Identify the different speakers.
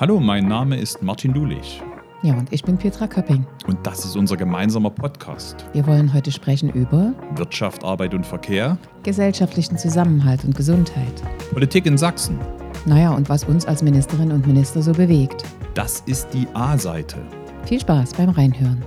Speaker 1: Hallo, mein Name ist Martin Dulich
Speaker 2: Ja, und ich bin Petra Köpping.
Speaker 1: und das ist unser gemeinsamer Podcast
Speaker 2: Wir wollen heute sprechen über
Speaker 1: Wirtschaft, Arbeit und Verkehr,
Speaker 2: gesellschaftlichen Zusammenhalt und Gesundheit.
Speaker 1: Politik in Sachsen.
Speaker 2: Naja, und was uns als Ministerinnen und Minister so bewegt.
Speaker 1: Das ist die A-Seite.
Speaker 2: Viel Spaß beim Reinhören.